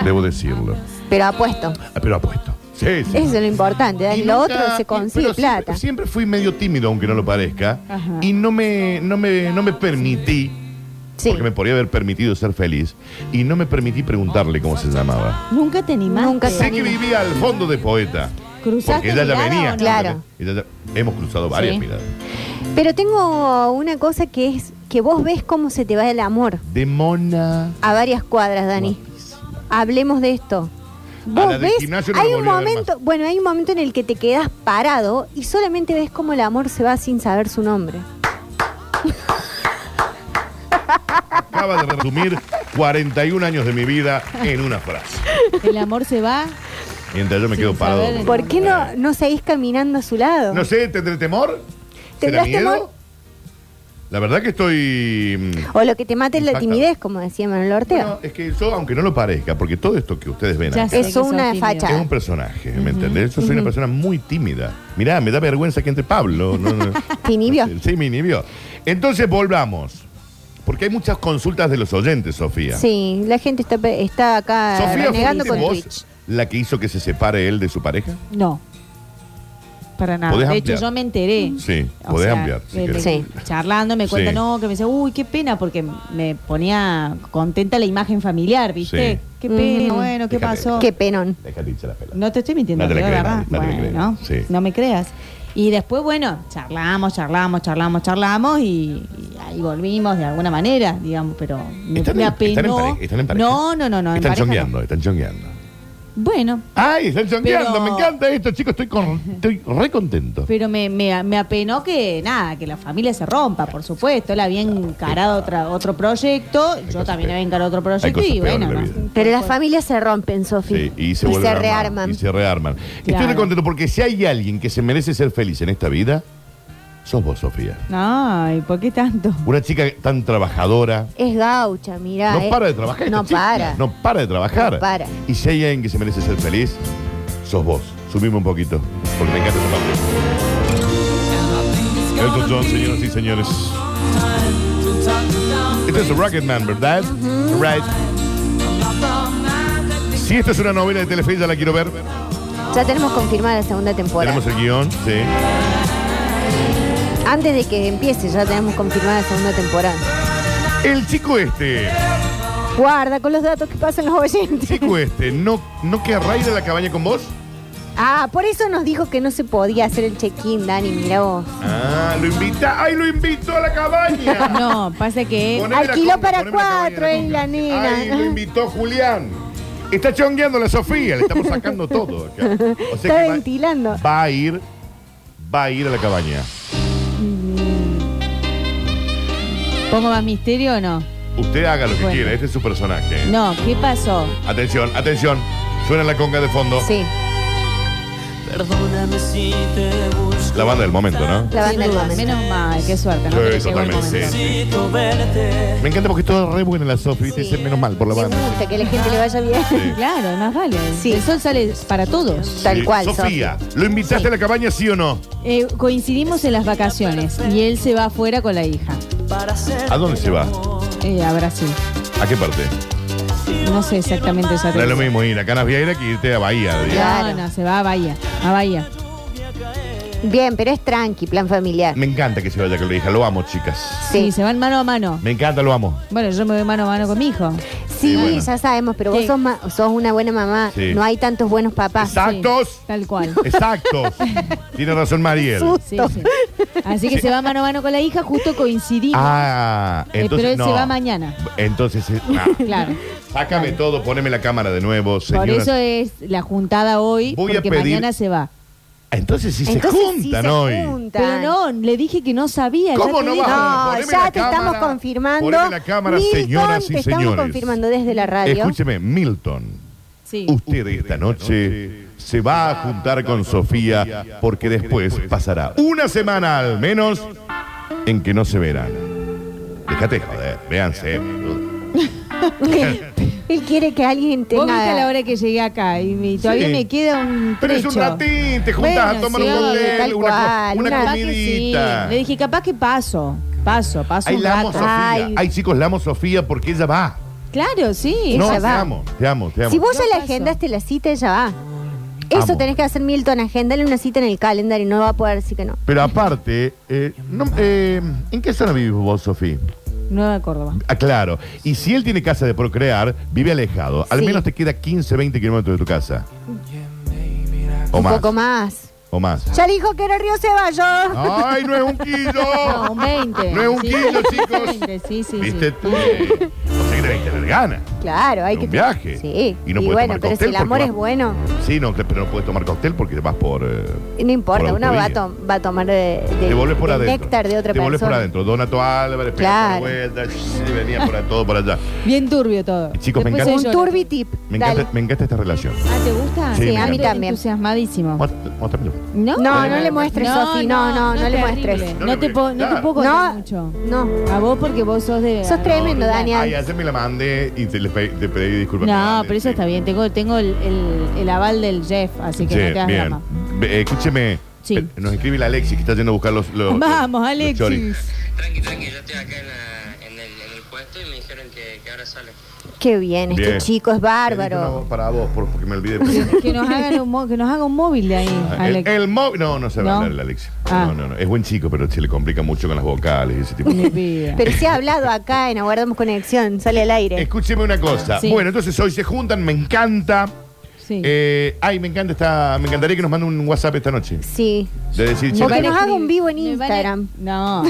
C: Debo decirlo.
D: Pero apuesto.
C: Ah, Pero apuesto. Sí, sí.
D: Eso es lo importante, Dani.
C: Y
D: Lo
C: nunca-
D: otro
C: y-
D: se consigue
C: pero siempre-
D: plata.
C: Siempre, fui medio tímido, aunque no lo parezca.
F: Ajá.
C: Y no me, no me, no me permití,
D: Sí.
C: porque me podría haber permitido ser feliz, y no me permití preguntarle cómo se llamaba.
F: Nunca te animaste.
D: Nunca
C: Sé que
D: Camila.
C: vivía al fondo de poeta.
F: ¿Cruzaste
C: Porque ella ya
F: mirada o
C: venía.
F: no?
D: Claro.
C: Ella ya- hemos cruzado varias
F: Sí.
C: miradas.
D: Pero tengo una cosa que es que vos ves cómo se te va el amor
C: De mona.
D: a varias cuadras, Dani. Hablemos de esto.
C: A la
D: Vos
C: del
D: ves,
C: gimnasio no la
D: hay un
C: volví a ver
D: momento, bueno, hay un momento en el que te quedas parado y solamente ves cómo el amor se va sin saber su nombre.
C: Acaba de resumir 41 años de mi vida en una frase.
F: El amor se va.
C: Mientras yo me
F: Sin
C: quedo parado.
F: saber el-
D: ¿Por qué no, no seguís caminando a su lado?
C: No sé, ¿tendré temor? ¿Será
D: ¿Tendrás
C: miedo?
D: temor?
C: La verdad que estoy... mm,
D: O lo que te mata es la
C: Impactado.
D: timidez, como decía Manuel Ortega.
C: bueno, es que yo, aunque no lo parezca, porque todo esto que ustedes ven
F: Ya
C: acá
F: sé
D: Eso
F: que sos
D: una
F: tímido.
D: facha.
C: es un personaje, ¿me entendés? Yo soy una persona muy tímida. Mirá, me da vergüenza que entre Pablo. No,
F: [LAUGHS]
C: no.
D: Te inhibió.
C: Sí, me inhibió. Entonces volvamos. Porque hay muchas consultas de los oyentes, Sofía.
D: Sí, la gente está, pe- está acá
C: Sofía,
D: renegando
C: ¿fuiste
D: con
C: vos
D: Twitch.
C: la que hizo que se separe él de su pareja?
F: No. Para nada.
C: ¿Podés
F: De
C: ampliar?
F: hecho, yo me enteré.
C: Sí,
F: O
C: podés
F: sea, eh,
C: ampliar. si
F: de-
C: querés.
D: Sí.
F: Charlando, me cuenta,
C: Sí.
F: no, que me dice, uy, qué pena, porque me ponía contenta la imagen familiar, ¿viste?
C: Sí.
F: Qué pena,
D: Mm.
F: bueno, ¿qué
C: Déjate.
F: pasó?
D: Qué penón.
C: Déjate hinchar la pelota.
F: No te estoy mintiendo,
C: No te la
F: pero
C: creo,
F: verdad.
C: no te la
F: Bueno,
C: creo,
F: no,
C: sí.
F: no me creas. Y después, bueno, charlamos, charlamos, charlamos, charlamos y, y ahí volvimos de alguna manera, digamos, pero me,
C: ¿Están,
F: me apenó.
C: en, están en pareja, están en pareja?
F: No, no, no, no. en
C: Están
F: pareja no.
C: chongueando, están chongueando.
F: Bueno,
C: ¡Ay, están chongueando!
F: Pero-
C: Me encanta esto, chicos.
F: [LAUGHS]
C: Estoy, con, estoy re contento.
F: pero me, me, me apenó que nada, que la familia se rompa, por supuesto. Él había encarado otra, otro proyecto, yo
C: cosas
F: también
C: peores.
F: había encarado otro proyecto
C: cosas
F: y
C: peores
F: bueno,
C: en la
F: no.
C: vida.
D: Pero las familias se rompen, Sofía.
C: Sí, y se vuelven a armar,
D: rearman.
C: Y se rearman. Estoy
F: Claro.
C: re contento porque si hay alguien que se merece ser feliz en esta vida, sos vos, Sofía.
F: Ay, ¿por qué tanto?
C: [LAUGHS] Una chica tan trabajadora.
D: Es gaucha, mirá.
C: No
D: eh.
C: para de trabajar. esta
D: No
C: chica.
D: para.
C: No para de trabajar.
D: No para.
C: Y si hay alguien que se merece ser feliz, sos vos. Subime un poquito, porque me encanta esa parte. Elton John, señoras y señores. Este es Rocketman, ¿verdad? Right. Si esta es una novela de Telefe, ya la quiero ver.
D: Ya tenemos confirmada la segunda temporada.
C: Tenemos el guión, sí.
D: Antes de que empiece, ya tenemos confirmada la segunda temporada.
C: El chico este,
D: Guarda con los datos que pasan los
C: el
D: oyentes.
C: chico este, ¿no, no querrá ir a la cabaña con vos?
D: Ah, por eso nos dijo que no se podía hacer el check-in, Dani, mirá vos.
C: Ah, lo invita. ¡Ay, lo invito a
D: [LAUGHS]
C: la cabaña!
F: No, pasa que
C: Poneme la
D: Alquiló
C: conga,
D: eh, para
C: poneme la cabaña
D: cuatro, eh,
C: conga.
D: la nena.
C: Ay, lo invitó Julián. Está chongueando la Sofía, le estamos sacando
D: [LAUGHS]
C: todo. acá. O
D: Está
C: va-
D: ventilando.
C: Va, a ir, va a ir a la cabaña.
F: pongo más misterio o no.
C: Usted haga lo que
F: Bueno.
C: quiera, este es su personaje.
F: No, ¿qué pasó?
C: Atención, atención. Suena la conga de fondo.
D: Sí,
E: Perdóname si te busco.
C: La banda del momento, ¿no?
D: la banda
F: Sin
D: del
F: duda,
D: momento.
F: Menos mal, qué suerte. No
C: Sí,
F: Que llegó el
C: totalmente,
F: momento.
C: sí.
E: Necesito verte.
C: Me encanta porque todo re bueno la Sofía,
D: Sí.
C: dice menos mal por la
D: Me
C: banda.
D: gusta que la gente le vaya bien.
C: Sí.
F: Claro, más vale.
D: Sí.
F: El sol sale para todos.
D: Tal
C: Sí.
D: cual,
C: Sofía, ¿lo invitaste a la cabaña, sí o no?
F: Eh, coincidimos en las vacaciones y él se va afuera con la hija
C: ¿A dónde se va?
F: eh, a Brasil.
C: ¿A qué parte?
F: No sé exactamente esa
C: No es lo mismo ir a Canas Vieira que irte a Bahía. digamos.
D: Claro.
F: No, no, se va a Bahía. A Bahía.
D: Bien, pero es tranqui, plan familiar.
C: Me encanta que se vaya con la hija. Lo amo, chicas.
F: Sí,
D: Sí,
F: se van mano a mano.
C: Me encanta, lo amo.
F: Bueno, yo me voy mano a mano con mi hijo.
C: Sí,
D: sí,
C: bueno.
D: ya sabemos, pero vos
F: Sí.
D: sos, ma- sos una buena mamá.
C: Sí.
D: No hay tantos buenos papás.
F: Ah, Sí,
C: Exactos.
F: tal cual.
C: [LAUGHS] Exactos.
F: [LAUGHS]
C: Tiene razón Mariel.
F: Sí, sí. Así que se va mano a mano con la hija, justo coincidimos.
C: Ah,
F: Eh,
C: entonces
F: pero él
C: no.
F: se va mañana.
C: Entonces, eh, ah.
F: [LAUGHS] Claro.
C: sácame todo, poneme la cámara de nuevo, señora.
F: Por eso es la juntada hoy,
C: Voy a
F: porque
C: pedir-
F: mañana se va.
C: Entonces sí
D: Entonces
C: se
D: sí
C: juntan
D: se
C: hoy.
D: juntan.
F: Pero no, le dije que no sabía. ya
C: ¿Cómo
F: te
C: no
F: dije.
C: va?
D: No,
C: Poneme la
D: ya te estamos
C: cámara.
D: confirmando.
C: Poneme la cámara,
D: Milton,
C: señoras y
D: te estamos
C: señores.
D: confirmando desde la radio.
C: Escúcheme, Milton.
F: Sí.
C: Usted esta noche se va a juntar con Sofía porque después pasará una semana al menos en que no se verán. Déjate joder, véanse.
D: [LAUGHS] Él quiere que alguien
F: Vos viste
D: tenga...
F: la hora que llegué acá y me- todavía
C: Sí.
F: me queda un
C: Pero
F: trecho.
C: es un ratín, te juntas
F: Bueno,
C: a tomar
F: sí,
C: un
D: tal
C: cóctel, una,
D: cual,
C: co-
D: una-
C: una
F: Capaz que sí.
C: comidita.
F: Le dije, capaz que paso, paso, paso
C: Ay,
F: un
C: la amo
F: rato.
C: Sofía.
D: Ay.
C: Ay, chicos, la amo Sofía porque ella va.
F: Claro, sí.
C: no,
D: ella
C: te
D: va.
C: amo, te amo, te amo.
D: Si vos
F: Yo
D: ya le
F: paso.
D: agendaste la cita, ella va. Eso
C: Amo.
D: tenés que hacer, Milton, agendale una cita en el calendario y no va a poder decir que no.
C: Pero aparte, eh, no, eh, ¿en qué zona vivís vos, Sofía?
F: Nueva Córdoba.
C: Ah, claro. Y si él tiene casa de procrear, vive alejado. Al
F: Sí.
C: menos te queda 15, 20 kilómetros de tu casa. O
D: Un
C: más.
D: poco más.
C: O más.
D: Ya le dijo que era Río Ceballos.
C: ¡Ay, no es un kilo!
F: No, un 20.
C: No es un
F: Sí,
C: kilo, chicos.
F: 20, sí, sí,
C: ¿Viste?
F: sí.
C: tú? Eh, O sea que debes tener ganas.
D: Claro, hay
C: Un
D: que...
C: viaje.
D: Sí.
C: Y
D: Y,
C: no puedes
D: bueno,
C: tomar
D: pero si
C: cóctel
D: el amor
C: porque
D: es
C: va-
D: bueno,
C: Sí, no, pero no puedes tomar cóctel porque vas por. eh,
D: no importa.
C: Por
D: Uno va a,
C: autovía.
D: tom- va a tomar de, de-
C: te volvés por
D: del
C: adentro.
D: néctar de otra
C: Te volvés por
D: persona.
C: adentro. Donato Álvarez,
D: Claro.
C: por la vuelta, sí, venía por todo por allá.
F: Bien turbio todo.
C: Chicos, me
F: Después
C: encanta-
F: se
D: Pues Un
F: llora.
D: turbi tip.
C: Me
D: Dale.
C: encanta, me encanta esta relación.
F: Ah, ¿te gusta?
C: Sí, Sí, me
D: a mí encanta. también.
F: Entusiasmadísimo.
C: Muéstrame- muéstramelo.
F: No,
D: No, no le muestres, Sofi, no, no, no
F: es
D: le
F: terrible.
D: muestres.
C: No le
F: No te, po- no te
C: muestres.
F: puedo contar
D: No,
F: mucho.
D: no.
F: A vos porque vos sos de...
D: Sos tremendo, Daniel.
C: Ay, ayer me la mandé y te, le pe- te pedí disculpas.
F: No, pero eso
C: está bien.
F: está bien. Tengo, tengo el, el- el aval del Jeff, así que
C: Sí,
F: no te hagas
C: bien.
F: drama.
C: Ve- eh, escúcheme.
F: Sí.
C: Eh, Nos escribe la Alexis que está yendo a buscar los. los-
F: Vamos,
C: los choris.
F: Alexis.
G: Tranqui, tranqui, yo estoy acá en, la- en el, en el puesto y me dijeron que, que ahora sale.
D: Qué bien, este
C: Bien.
D: chico es
C: Necesito una
D: bárbaro.
C: voz para vos, por- porque me
F: [LAUGHS]
C: olvidé. Pero-
F: Que nos, hagan un mo- que nos haga un móvil de ahí,
C: el,
F: Alex.
C: el móvil. No, no se va a
F: No.
C: hablar el Alexis.
F: Ah.
C: No, no, no. Es buen chico, pero se le complica mucho con las vocales y ese tipo de
F: Mi vida.
D: Pero si ha hablado acá en Aguardamos Conexión, sale al aire.
C: Escúcheme una cosa.
F: Sí.
C: Bueno, entonces hoy se juntan, me encanta.
F: Sí.
C: Eh, ay, me encanta esta. Me encantaría que nos manden un WhatsApp esta noche.
D: Sí.
C: De decir,
D: Me
C: che,
D: van que a- nos haga
F: escribir-
D: un vivo en
F: me van a-
D: Instagram.
F: No,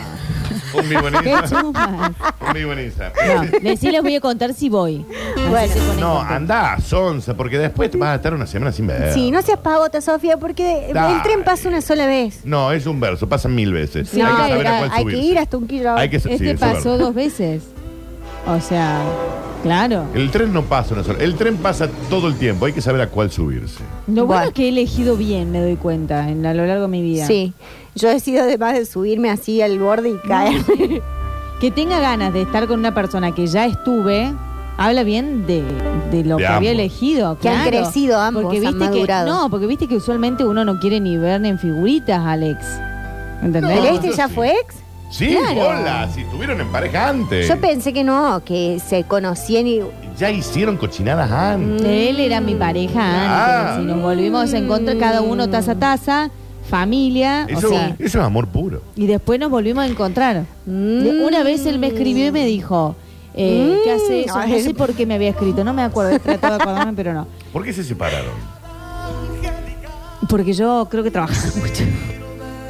C: un vivo
F: [LAUGHS]
C: en [LAUGHS]
F: qué
C: Instagram.
F: chumas.
C: Un vivo en Instagram.
F: No, decí, les voy a contar si voy.
D: Bueno.
C: No, andá, Sonsa, porque después te vas a estar una semana sin ver.
D: Sí, no seas pavota, Sofía, porque
C: Eh. Dale.
D: el tren pasa una sola vez.
C: No, es un verso, pasan mil veces.
F: Sí,
C: hay que
F: no,
C: saber a
D: pero
C: cuál
D: hay que
C: subirse.
D: ir hasta un kilómetro.
C: Hay que sa- sí,
F: Este
C: eso es
F: pasó
C: verdad.
F: dos veces. O sea, claro.
C: El tren no pasa una sola. El tren pasa todo el tiempo, hay que saber a cuál subirse.
F: Lo bueno,
D: Bueno.
F: es que he elegido bien, me doy cuenta, en, a lo largo de mi vida.
D: Sí. Yo he sido además de subirme así al borde y caerme.
F: Que tenga ganas de estar con una persona que ya estuve, habla bien de, de lo
C: De
F: que había
C: ambos.
F: elegido.
D: Que han
F: claro.
D: crecido ambos,
F: porque
D: han
F: viste
D: madurado.
F: Que, no, porque viste que usualmente uno no quiere ni ver ni en figuritas, Alex. ¿Entendés?
D: ¿El este
C: yo
D: ya
C: sí.
D: fue ex?
C: Sí,
F: Claro.
C: hola, si estuvieron en pareja antes.
D: Yo pensé que no, que se conocían y.
C: ya hicieron cochinadas antes.
F: Él era mi pareja
C: Ah.
F: antes. Y nos volvimos a encontrar cada uno taza a taza, familia.
C: Eso,
F: o sea,
C: eso es amor puro.
F: y después nos volvimos a encontrar. De- Una vez él me escribió y me dijo, eh,
D: Mm.
F: ¿qué hace eso?
D: A
F: No
D: ver.
F: sé por qué me había escrito, no me acuerdo, he tratado de acordarme, pero no.
C: ¿Por qué se separaron?
F: Porque yo creo que trabajaba [LAUGHS] mucho.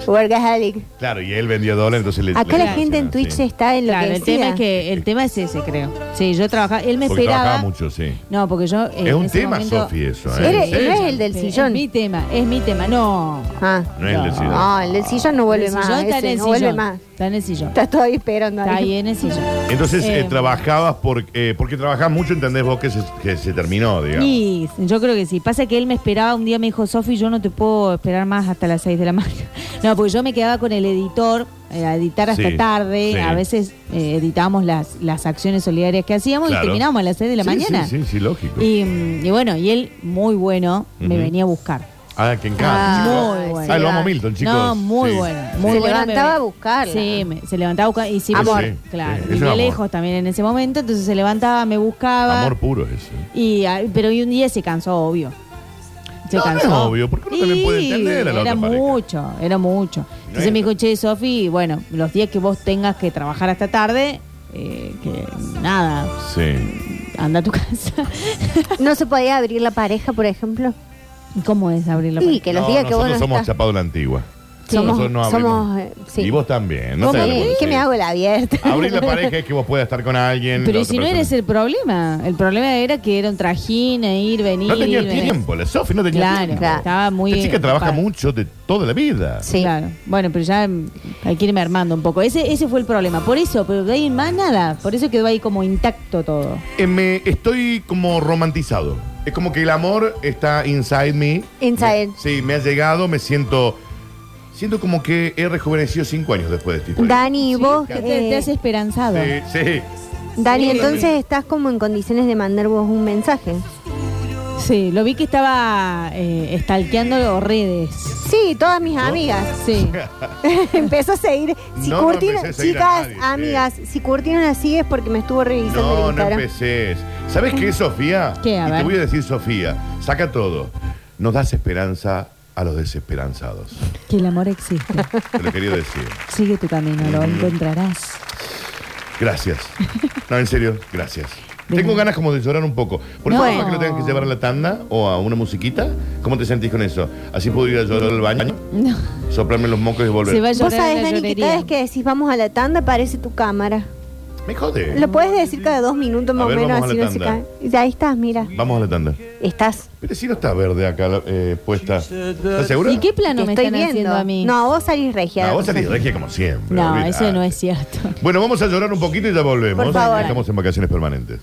D: Workaholic.
C: Claro, y él vendió dólares, entonces le.
D: Acá
C: le
D: la gente en
C: sí.
D: Twitch está en lo
F: Claro,
D: que
F: el tema, es que, el tema es ese, creo. Sí, yo trabajaba, él me
C: Porque
F: esperaba.
C: trabajaba mucho, sí.
F: No, porque yo... eh,
C: Es un
F: en ese
C: tema,
F: momento-
C: Sofi, eso,
F: Sí.
C: ¿eh?
D: Eres-
C: Sí.
D: no es el del
F: Es
D: sillón.
F: mi tema, es mi tema, no.
D: Ah.
C: No es el decidido.
D: No, el del sillón no vuelve
F: El
D: más.
F: sillón está en
D: ese
F: el
D: no vuelve
F: sillón.
D: más.
F: Está en el sillón.
D: Estás todavía esperando.
F: Está
D: ahí.
C: [LAUGHS]
F: ahí en el sillón.
C: Entonces eh,
F: Eh,
C: trabajabas por, eh, porque trabajabas mucho, entendés vos que se, que se terminó, digamos.
F: Y yo creo que sí. Pasa que él me esperaba, un día me dijo, Sofi, yo no te puedo esperar más hasta las 6 de la [LAUGHS] mañana. No, porque yo me quedaba con el editor eh, a editar hasta
C: Sí,
F: tarde.
C: sí.
F: A veces eh, editábamos las, las acciones solidarias que hacíamos
C: Claro.
F: y terminábamos a las 6 de la
C: Sí,
F: mañana.
C: Sí, sí, sí, lógico.
F: Y, mm, y bueno, y él, muy bueno, me
C: Ujú.
F: venía a buscar.
C: Ah, que encanta.
D: Ah,
C: chicos.
F: muy bueno.
C: Ah, lo amo a Milton, chicos.
F: No, muy
C: Sí.
F: bueno. Muy
D: Se
F: bueno, me
D: levantaba
F: ven-
D: a buscarla.
F: Sí, me- se levantaba a buscar. Y sí,
C: Amor.
F: porque-
C: Sí,
F: claro,
C: sí, es
F: vivía
C: amor.
F: lejos también en ese momento, entonces se levantaba, me buscaba.
C: Amor puro es eso.
F: Y, ah, pero y un día se cansó, obvio. Se
C: No,
F: cansó.
C: no, obvio, porque uno también puede
F: Y
C: entender a la
F: Era
C: otra pareja.
F: mucho, era mucho. Entonces
C: es-
F: me dijo, che, Sofi, bueno, los días que vos tengas que trabajar hasta tarde, eh, que nada,
C: Sí.
F: anda a tu [LAUGHS] casa.
D: ¿No se podía abrir la pareja, por ejemplo?
F: ¿Cómo es abrir la
D: Sí,
F: puerta?
D: que los
C: No,
D: días que
C: nosotros
D: vos no
C: somos
D: estás-
C: chapado de la antigua.
D: Sí.
C: Nosotros
D: Somos-
C: no abrimos.
D: somos, eh, sí.
C: Y vos también. No
D: ¿Cómo?
C: te
D: ¿Qué-
C: hagas,
D: ¿Qué
C: sí.
D: me hago la abierta?
C: Abrir la pareja es que vos puedas estar con alguien. la
F: Pero ¿y
C: otra
F: si no
C: persona.
F: eres el problema, el problema era que era un trajín, e ir, venir.
C: No tenía
F: ir, venir.
C: tiempo, la Sofi no tenía
F: Claro,
C: tiempo.
D: Claro.
F: estaba muy.
C: Esta chica trabaja
F: ocupada.
C: mucho de toda la vida.
D: Sí.
F: Claro. Bueno, pero ya mm, hay que irme armando un poco. Ese, ese fue el problema. Por eso, pero de ahí en más nada. Por eso quedó ahí como intacto todo.
C: Eh, me estoy como romantizado. Es como que el amor está inside me.
D: Inside.
C: Me- sí, me ha llegado, me siento. Siento como que he rejuvenecido cinco años después de esta historia.
D: Dani, vos,
F: Te,
D: eh,
F: te has esperanzado.
C: Sí, sí.
D: Dani,
F: Sí.
D: entonces estás como en condiciones de mandar vos un mensaje.
F: Sí, lo vi que estaba eh, stalkeando redes.
D: Sí, todas mis
F: [LAUGHS]
D: amigas.
C: [LAUGHS]
F: Sí.
D: Empezó a seguir. Si
C: No, no
D: Curtino,
C: empecé a seguir a
D: chicas,
C: nadie, sí.
D: amigas, si Curtino la sigue es porque me estuvo revisando el
C: No, no
D: Instagram.
C: empecés. ¿Sabes qué, Sofía?
F: ¿Qué? A
C: y te
F: ver.
C: voy a decir, Sofía, saca todo. Nos das esperanza a los desesperanzados.
F: que el amor existe.
C: Te lo quería decir.
F: Sigue tu camino, lo encontrarás.
C: Gracias. No, en serio, gracias.
F: De
C: Tengo
F: nada.
C: ganas como de llorar un poco. ¿Por
F: No.
C: eso que lo tengas que llevar a la tanda o a una musiquita? ¿Cómo te sentís con eso? ¿Así puedo ir a llorar al baño?
F: No.
C: Soplarme los mocos y volver.
F: Se va a
D: Vos
F: llorar
D: sabés,
F: en la
D: Dani, que cada
F: llorería.
D: vez que decís vamos a la tanda aparece tu cámara.
C: Me jode.
D: Lo puedes decir cada dos minutos más
C: A
D: o
C: ver,
D: menos,
C: vamos a
D: así
C: la
D: no se
C: tanda.
D: cae. Y ahí estás, mira.
C: Vamos a la tanda.
D: Estás.
C: Pero si no está verde acá la- eh, puesta. ¿Estás segura?
F: ¿Y qué plano
D: te
F: me
D: estoy
F: están haciendo
D: viendo.
F: a mí?
D: No, vos salís regia.
C: No, vos salís
D: Rosario.
C: regia como siempre.
F: No,
C: olvidate.
F: eso no es cierto.
C: Bueno, vamos a llorar un poquito y ya volvemos.
D: Por favor.
C: Estamos en vacaciones permanentes.